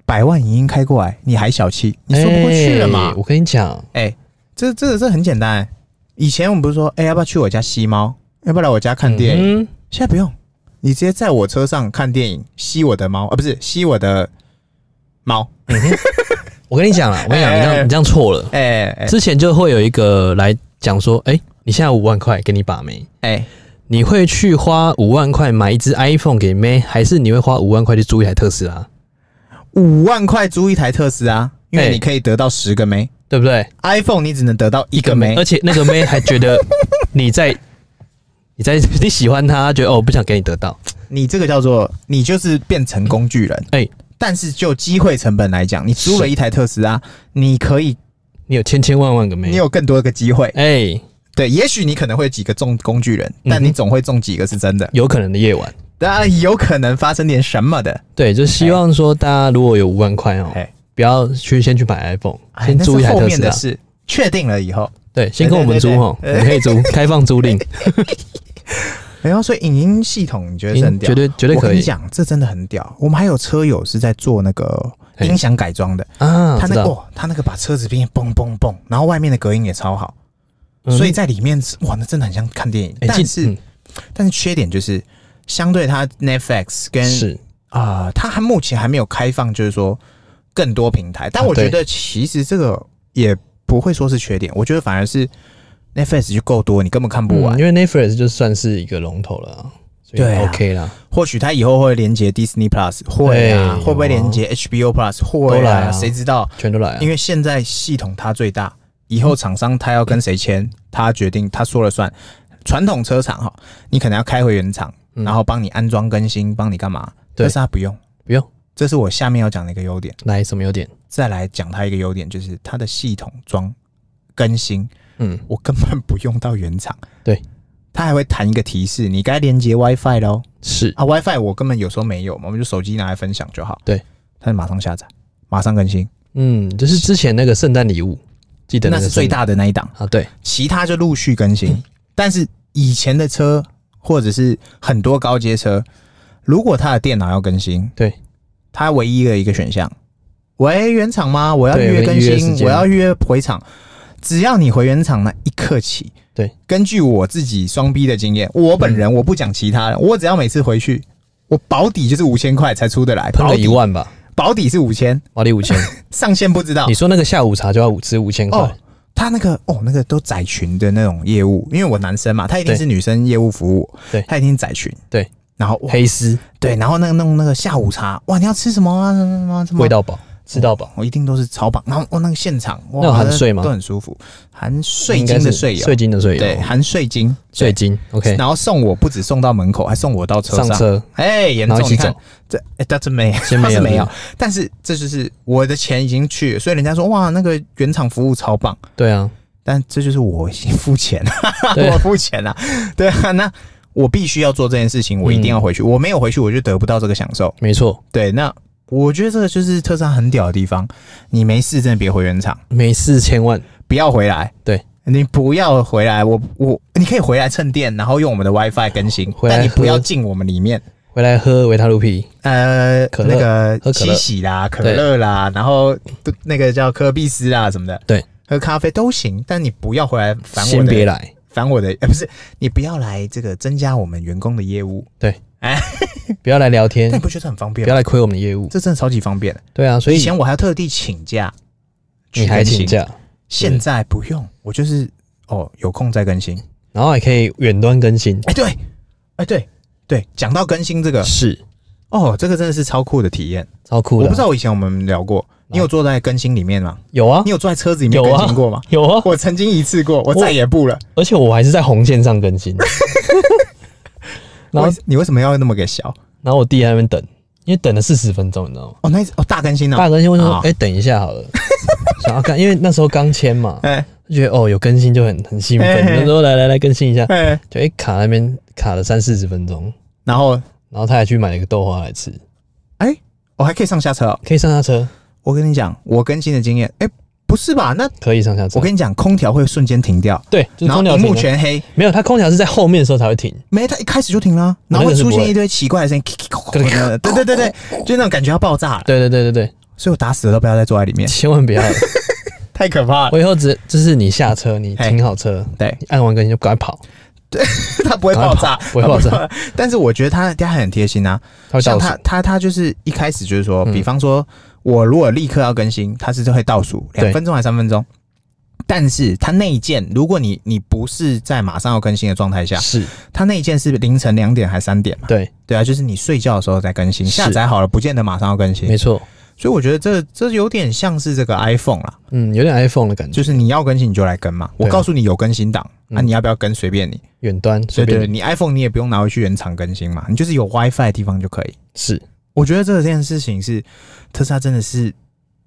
百万影音开过来，你还小气，你说不过去了嘛哎？我跟你讲，哎、这这这很简单、以前我们不是说，哎、要不要去我家吸猫？要不要来我家看电影？影。现在不用，你直接在我车上看电影，吸我的猫啊，不是吸我的猫。嗯我跟你讲啦，我跟你讲，哎你哎这哎样你这样错了。哎哎之前就会有一个来讲说，哎、你现在五万块给你把妹，哎，你会去花五万块买一只 iPhone 给妹，还是你会花五万块去租一台特斯拉？五万块租一台特斯拉，因为哎你可以得到十个妹。对不对？ iPhone 你只能得到一个妹而，且那个妹还觉得你在 你在你喜欢她，她觉得哦我不想给你得到。你这个叫做你就是变成工具人。哎但是就机会成本来讲，你租了一台特斯拉，你可以，你有千千万万个妹，你有更多个机会。哎、对，也许你可能会有几个中工具人，嗯但哼你总会中几个是真的，有可能的夜晚。当然有可能发生点什么的。对，就希望说大家如果有五万块哦、哎不要去先去买 iPhone，哎先那是租一台后特面斯的拉。事，确定了以后，对，先跟我们租哦，我 对对对对们可以租，开放租赁，哎呦，所以影音系统你觉得是很屌？绝对绝对我可跟你以讲，这真的很屌。我们还有车友是在做那个哎音响改装的，啊！他知那个道，哦他那个把车子变蹦蹦蹦，然后外面的隔音也超好，嗯所以在里面是哇，那真的很像看电影。哎但进是嗯但是缺点就是，相对它 Netflix 跟是啊，它还目前还没有开放，就是说更多平台。但啊我觉对得其实这个也不会说是缺点，我觉得反而是 Netflix 就够多，你根本看不完。嗯因为 Netflix 就算是一个龙头了啊，所以对啊 OK 啦，或许它以后会连接 Disney Plus，会啊，对会不会有啊连接 HBO Plus？会都来啊，啊谁知道？全都来啊因。为现在系统它最大，以后厂商他要跟谁签，他决定，他说了算。传统车厂哈，你可能要开回原厂，嗯然后帮你安装更新，帮你干嘛？对但是他不用，不用这是我下面要讲的一个优点。来什么优点？再来讲它一个优点，就是它的系统装更新，嗯，我根本不用到原厂。对，它还会弹一个提示，你该连接 WiFi 喽。是啊，WiFi 我根本有时候没有嘛，我们就手机拿来分享就好。对，它就马上下载，马上更新，嗯，就是之前那个圣诞礼物，记得那个是最圣诞大的那一档，啊，对，其他就陆续更新。但是以前的车或者是很多高阶车，如果它的电脑要更新，对，它唯一的一个选项，喂，原厂吗？我要预对约我更预约时新，间我要预约回厂。只要你回原厂那一刻起，对，嗯根据我自己双逼的经验，我本人我不讲其他人，我只要每次回去，我保底就是五千块才出得来，喷保了底一，万吧，保底是五千，花了 五千。上限不知道你。说那个下午茶就要五吃五千块哦，他那个哦，那个都窄群的那种业务，因为我男生嘛，他一定是女生业务服务，对他一定是窄群，对，然后哇，黑丝对，然后那个弄那个下午茶，哇，你要吃什么啊？什么什么什么味道饱，吃到饱，我一定都是超棒。然后哦，那个现场哇，那有含税吗都很舒服，含税应该金的是税友，税金的税友，啊对，含税金，税金 OK，然后送我不止送到门口，还送我到车上车哎，严然后重！一起你看走这，哎，他真没，先他没是有没有是， 但是这就是我的钱已经去了，所以人家说哇，那个原厂服务超棒，对啊，但这就是我先付钱， 对我付钱啊，对啊，那我必须要做这件事情，我一定要回去，我没有回去我就得不到这个享受，没错，对，那我觉得这个就是特斯拉很屌的地方。你没事真的别回原厂，每四千万，不要回来。对，你不要回来，我我你可以回来蹭电，然后用我们的 WiFi 更新，回来但你不喝要进我们里面。回来喝维他露 P，呃，可乐那个喝可七乐喜啦、可乐啦，然后都那个叫科比斯啦什么的，对，喝咖啡都行，但你不要回来烦我先别的来，烦我的，哎、不是你不要来这个增加我们员工的业务，不要来聊天但你，不觉得很方嗯不便要吗？来亏我们的业务。这真的超级方便的。对啊，所以以前我还要特地请假，你还去请更新，假，现在不用，我就是哦有空再更新。然后还可以远端 更新，哎、对，哎、对对，讲到更新这个，是哦，这个真的是超酷的体验。超酷我的啊。不知道我以前我们聊过，你有坐在更新里面吗？有啊你，有坐在车子里面有啊更新过 吗？有啊，我曾经一次过，我再也不了。而且我还是在红线上更 新。然后为，你为什么要那么给小？然后我弟在那边等，因为等了四十分钟，你知道吗？哦，那一次哦大更新大哦，更新我就说啊：“哎，等一下 好了。”想要看，因为那时候刚签嘛，哎就觉得哦有更新就很很兴嘿奋，嘿就说哦来来来更新一下，哎，就哎卡那边卡了三四十分钟，然后然后他还去买了一个豆花来吃，我还可以上下车哦。可以上下车，我跟你讲，我更新的经验，哎，不是吧？那可以上下车我。跟你讲，空调会瞬间停掉，对，就是然后空调屏停幕了，全黑，没有，它空调是在后面的时候才会停，没它一开始就停了，然后会出现一堆奇怪的声音，对对对对，就那种感觉要爆炸了。对对对对对，所以我打死了都不要再坐在里面，千万不要。太可怕了。 我以后只就是你下车，你嘿停好车，对，你按完更新就赶快跑，它不会爆炸，不会爆炸它不。但是我觉得它它很贴心啊，它会像倒数他。他他就是一开始就是说，嗯比方说我如果立刻要更新，他是就会倒数对两分钟还是三分钟。但是他那一件，如果你你不是在马上要更新的状态下，是，他那一件是凌晨两点还三点嘛？对，对啊，就是你睡觉的时候再更新，是下载好了不见得马上要更新没。错，所以我觉得这这有点像是这个 iPhone 啦，嗯，有点 iPhone 的感觉，就是你要更新你就来跟嘛。对啊我告诉你有更新档，那、嗯你要不要跟随便你。远端随对对，对便你 iPhone 你也不用拿回去原厂更新嘛，你就是有 WiFi 的地方就可以。是我觉得这件事情是特斯拉真的是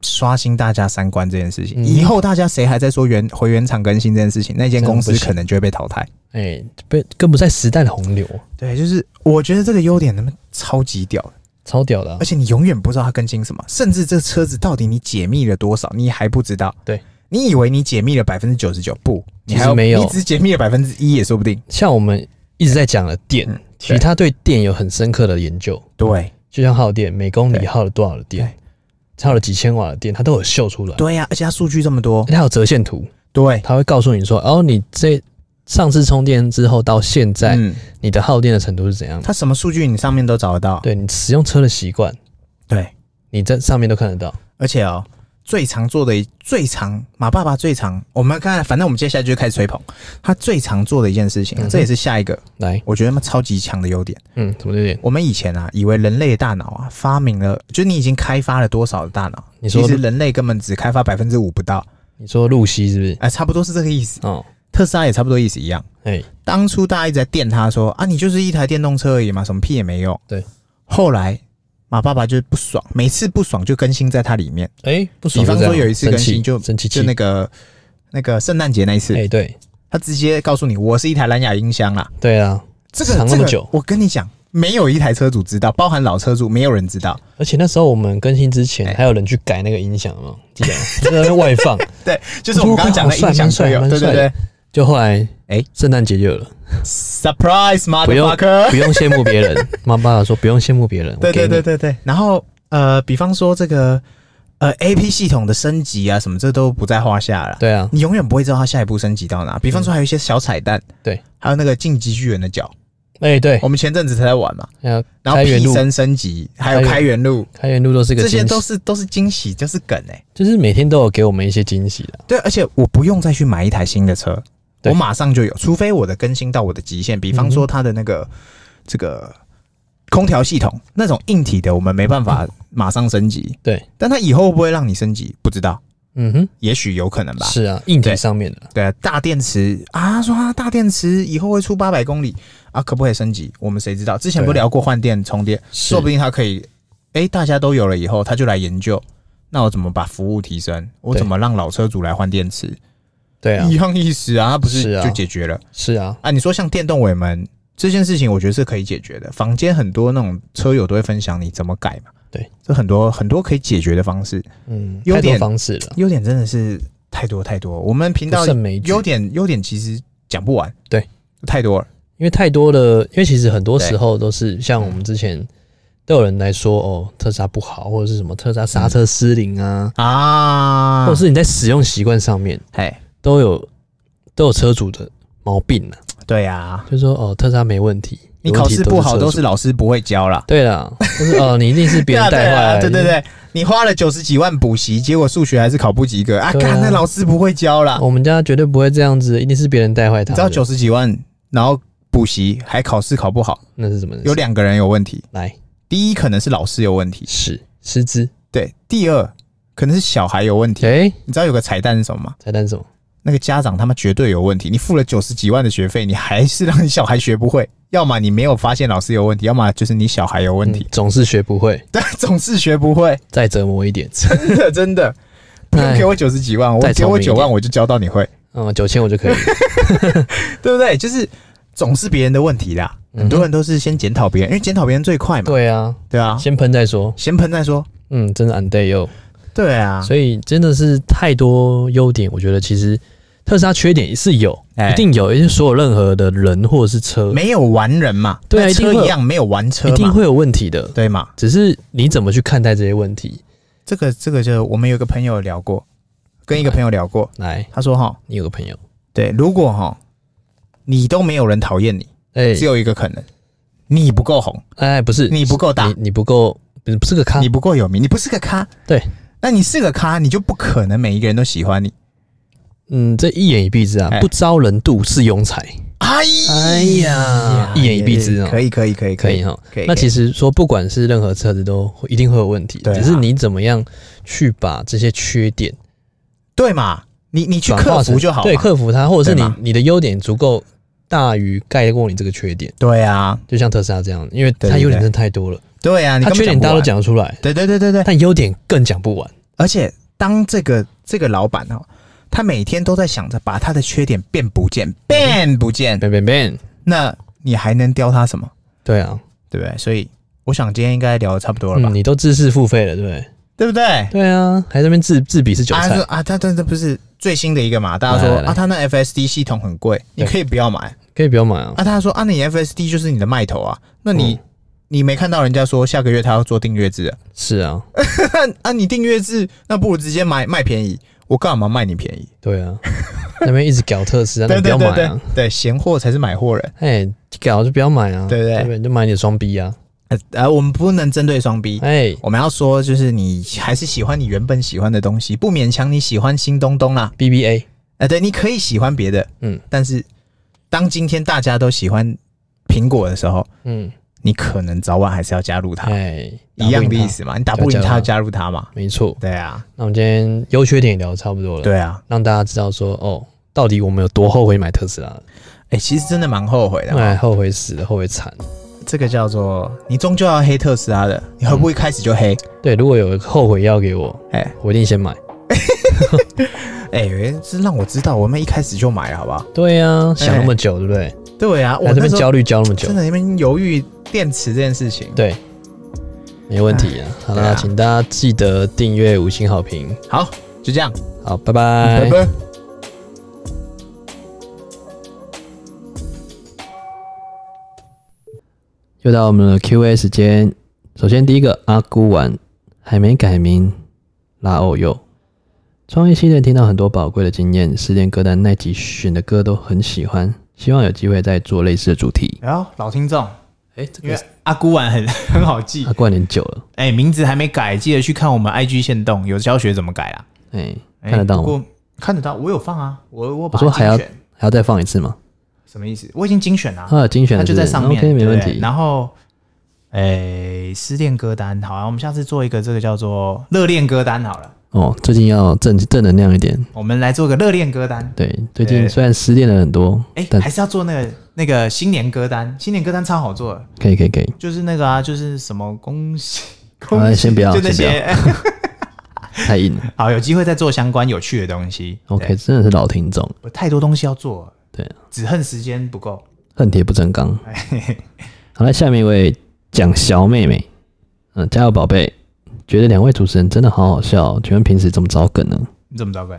刷新大家三观这件事情。嗯以后大家谁还在说原回原厂更新这件事情，那间公真司的不行可能就会被淘汰。哎、被跟不上时代的洪流，对，就是我觉得这个优点他妈超级屌的，超屌的啊、而且你永远不知道它更新什么，甚至这车子到底你解密了多少，你还不知道。对，你以为你解密了百分之九十九，不，你还其实要没有你只解密了百分之一也说不定。像我们一直在讲的电，嗯其实他对电有很深刻的研究，对，就像耗电，每公里对耗了多少的电对，耗了几千瓦的电，它都有秀出来，对呀、而且它数据这么多，它有折线图，对，它会告诉你说，哦，你这上次充电之后到现在，嗯，你的耗电的程度是怎样？它什么数据你上面都找得到。对你使用车的习惯，对。你在上面都看得到。而且哦，最常做的一最常马爸爸最常，我们看，反正我们接下来就开始吹捧他最常做的一件事情啊、嗯哼这也是下一个来，我觉得他妈超级强的优点。嗯，怎么有点？我们以前啊，以为人类的大脑啊发明了，就是你已经开发了多少的大脑？你说其实人类根本只开发百分之五不到，你说露西是不是？哎、差不多是这个意思。哦，特斯拉也差不多意思一样。哎、当初大家一直在电他说啊，你就是一台电动车而已嘛，什么屁也没用。对，后来马爸爸就不爽，每次不爽就更新在它里面。哎、不爽比就方这样。说有一次更生气新就生气气就那个那个圣诞节那一次，哎、对他直接告诉你我是一台蓝牙音箱啦。对啊，这个藏那么这久个我跟你讲，没有一台车主知道，包含老车主，没有人知道。而且那时候我们更新之前哎还有人去改那个音响 嘛，记得吗就在那边外放，对，就是我们刚刚讲的音响车友，蛮对帅对蛮帅对就后来哎圣诞节就有了， ，surprise 不用 motherfucker，不用羡慕 别人。妈爸爸说不用羡慕别人，我对给对对，你对对。然后呃，比方说这个呃 A P 系统的升级啊，什么这都不在话下了。对啊，你永远不会知道它下一步升级到哪。比方说还有一些小彩蛋，对，还有那个晋级巨人的脚，哎、对，我们前阵子才在玩嘛。还有然后开源替路，身升级，还有开源开源路，开源路都是个这惊些喜，都是都是惊喜，就是梗哎、就是每天都有给我们一些惊喜的。对，而且我不用再去买一台新的车，对我马上就有，除非我的更新到我的极限，比方说它的那个、这个空调系统那种硬体的，我们没办法马上升级。对，但它以后会不会让你升级？不知道，嗯哼，也许有可能吧。是啊，硬体对上面的，对啊，大电池啊，说啊大电池以后会出八百公里啊，可不可以升级？我们谁知道？之前不对啊聊过换电充电，是说不定他可以，哎、大家都有了以后，他就来研究，那我怎么把服务提升？我对怎么让老车主来换电池？对啊一，样意思啊，他不是是啊就解决了啊是啊，你说像电动尾门这件事情，我觉得是可以解决的。坊间很多那种车友都会分享你怎么改嘛，对，这很多很多可以解决的方式，嗯，优太多点方式了，优点真的是太多太多。我们频不道胜枚举优。点优点其实讲不完，对，太多了。因为太多的，因为其实很多时候都是像我们之前都有人来说哦，特斯拉不好，或者是什么特斯拉刹车失灵啊，嗯啊，或者是你在使用习惯上面哎，都有都有车主的毛病了、对呀，就说哦，特斯拉没问题，你有问考题试不好车都主是老师不会教啦。对啦，就是哦，你一定 是别人带对坏 啊来的，对对对，你花了九十几万补习，结果数学还是考不及格啊！对啊干，那老师不会教啦。我们家绝对不会这样子，一定是别人带坏他啊你的。知道九十几万，然后补习还考试考不好，那是什么人？有两个人有问题。来第一可能是老师有问题，是师资，对；第二可能是小孩有问题。哎、你知道有个彩蛋是什么吗？彩蛋是什么？那个家长他妈绝对有问题。你付了九十几万的学费，你还是让你小孩学不会，要么你没有发现老师有问题，要么就是你小孩有问题嗯，总是学不会，对，总是学不会。 再折磨一点。真的真的，不用哎给我九十几万，我再给聪我明一九点万我就教到你会，嗯，九千我就可以了。对不对？就是总是别人的问题啦。嗯很多人都是先检讨别人，因为检讨别人最快嘛，对啊，对啊，先喷再说。先喷再说。嗯，真的 u n d a y 又，对啊，所以真的是太多优点。我觉得其实特斯拉缺点也是有，哎一定有，因为所有任何的人或者是车，没有完人嘛，对啊跟一定车会有一样没有完车一定嘛，会有问题的。对嘛？只是你怎么去看待这些问题？这个这个就我们有一个朋友聊过，跟一个朋友聊过，来，他说哈，你有个朋友，对，如果哈你都没有人讨厌你，哎、只有一个可能，你不够红，哎，不是你不够大你，你不够，不是不是个咖你，不够有名，你不是个咖，啊对，那你是个咖，你就不可能每一个人都喜欢你。嗯，这一眼一蔽之啊，哎不招人妒是庸才，哎哎呀一言以蔽之哦可以可以可以可以以，哈。可以。那其实实说，不管是任何车子都会一定会有问题，哎对啊只是你怎么样去把这些缺点对嘛，你你去转克化成服就好嘛。对，克服它，或者是对你嘛你的优点足够大于盖过你这个缺点，对啊，就像特斯拉这样，因为对它对优点真的太多了，对啊，你它根缺本点大家不都完。讲得出来，对对对对对，但优点更讲不完。而且当这个这个老板哦，他每天都在想着把他的缺点变不见，变不见， bang bang bang，那你还能雕他什么？对啊，对不对？所以我想今天应该聊的差不多了吧嗯，，你都自视付费了，对不对？对不对？对啊，还在那边自自比是韭啊菜嗯说，啊，他但这不是最新的一个嘛？大家说来来来啊，他那 FSD 系统很贵，你可以不要买。可以不要买啊。啊，他说啊，你 FSD 就是你的卖头啊，那你、嗯你没看到人家说下个月他要做订阅制啊？ 是啊，啊，你订阅制，那不如直接买卖便宜，我干嘛卖你便宜？对 啊，那边一直搞特斯拉，对你不对要对买对啊。对，闲货才是买货人。哎，搞就不要买啊，对对对不对？你就买你的双逼啊。呃，呃我们不能针对双 B，哎，我们要说就是你还是喜欢你原本喜欢的东西，不勉强你喜欢新东东啦。 BBA，哎、对，你可以喜欢别的，嗯但是当今天大家都喜欢苹果的时候，嗯，你可能早晚还是要加入它，哎，一样的意打不赢思嘛。你打不赢就加入它，它就加入它嘛它。。没错，对啊，那我们今天优缺点也聊得差不多了，，对啊。让大家知道说，哦，到底我们有多后悔买特斯拉？哎、其实真的蛮后悔的、哎，哦。后悔死了，后悔惨。这个叫做你终究要黑特斯拉的，你何嗯不一开始就黑？对，如果有后悔药给我，哎我一定先买。哎、这让我知道，我们一开始就买了，好不好？对呀，想那么久，对不对？对啊，我在这那边时候焦虑焦那么久真，的那边犹豫电池这件事情。对，没问题啊。好对啊啦，请大家记得订阅、五星好评。好，就这样，好，拜拜拜。拜。又到我们的 Q&A 时间。首先，第一个阿姑丸还没改名，拉欧佑。创业系列听到很多宝贵的经验，失恋歌单那集选的歌都很喜欢，希望有机会再做类似的主题。然后老听众，哎、这因为阿姑丸很 很好记阿，姑丸有点久了，哎、名字还没改，记得去看我们 IG 线动，有教学怎么改啦。哎、哎看得到不过吗？看得到，我有放啊，我我把我说还要精选还要再放一次吗？什么意思？我已经精选了、啊，精选它了就是在不是上面 OK，没问对不对题。然后，哎、失恋歌单，好啊，我们下次做一个这个叫做热恋歌单好了，哦，最近要正正能量一点。我们来做个热恋歌单。对，对最近虽然失恋了很多，哎、但还是要做那个那个新年歌单，新年歌单超好做的，可以可以可以，就是那个啊，就是什么恭 喜，恭啊喜，先不要就那先不要些。 哎太硬了。好，有机会再做相关有趣的东西。 OK，真的是老听众，我太多东西要做了，对啊，只恨时间不够。哎恨铁不成钢。好了，下面一位蒋小妹妹，嗯、加油宝贝，觉得两位主持人真的好好笑哦，请问平时怎么找梗呢？ 你怎么着鬼？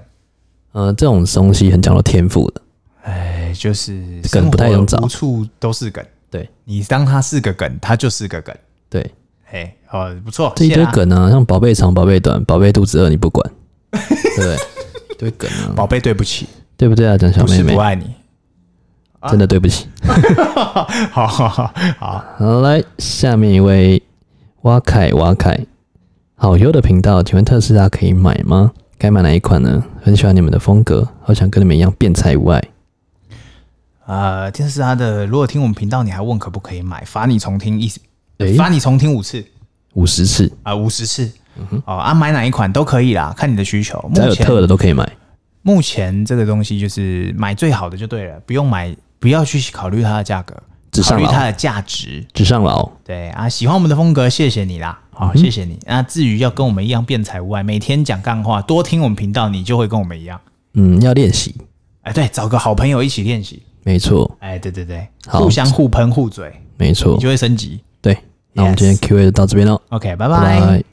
呃，这种东西很讲究天赋的，哎，就是梗不太生活能找无处都是梗。对你当它是个梗，它就是个梗。对，哎，哦，不错，这一谢堆啦，梗啊，像宝贝长、宝贝短、宝贝肚子饿你不管，对不对？一堆梗啊，宝贝，对不起，对不对啊，蒋小不妹是妹不？爱你， 真的对不起。好好好好，好，来，下面一位挖凯挖凯，好优的频道，请问特斯拉可以买吗？该买哪一款呢？很喜欢你们的风格，好想跟你们一样变财无碍。呃，电视他的，如果听我们频道，你还问可不可以买，罚你重听一，诶罚你重听五次五十次，啊，五、0十次。嗯哦啊，买哪一款都可以啦，看你的需求。只要目有前特的都可以买。目前这个东西就是买最好的就对了，不用买，不要去考虑它的价格，只考上虑老它的价值。纸上劳，对啊，喜欢我们的风格，谢谢你啦，嗯好、谢谢你。那至于要跟我们一样变财务外，每天讲干话，多听我们频道，你就会跟我们一样。嗯，要练习，哎，对，找个好朋友一起练习。没错，哎，对对对，好互相互喷互嘴，没错你，就会升级。对。那我们今天 Q&A 就到这边喽， OK，拜拜拜。拜。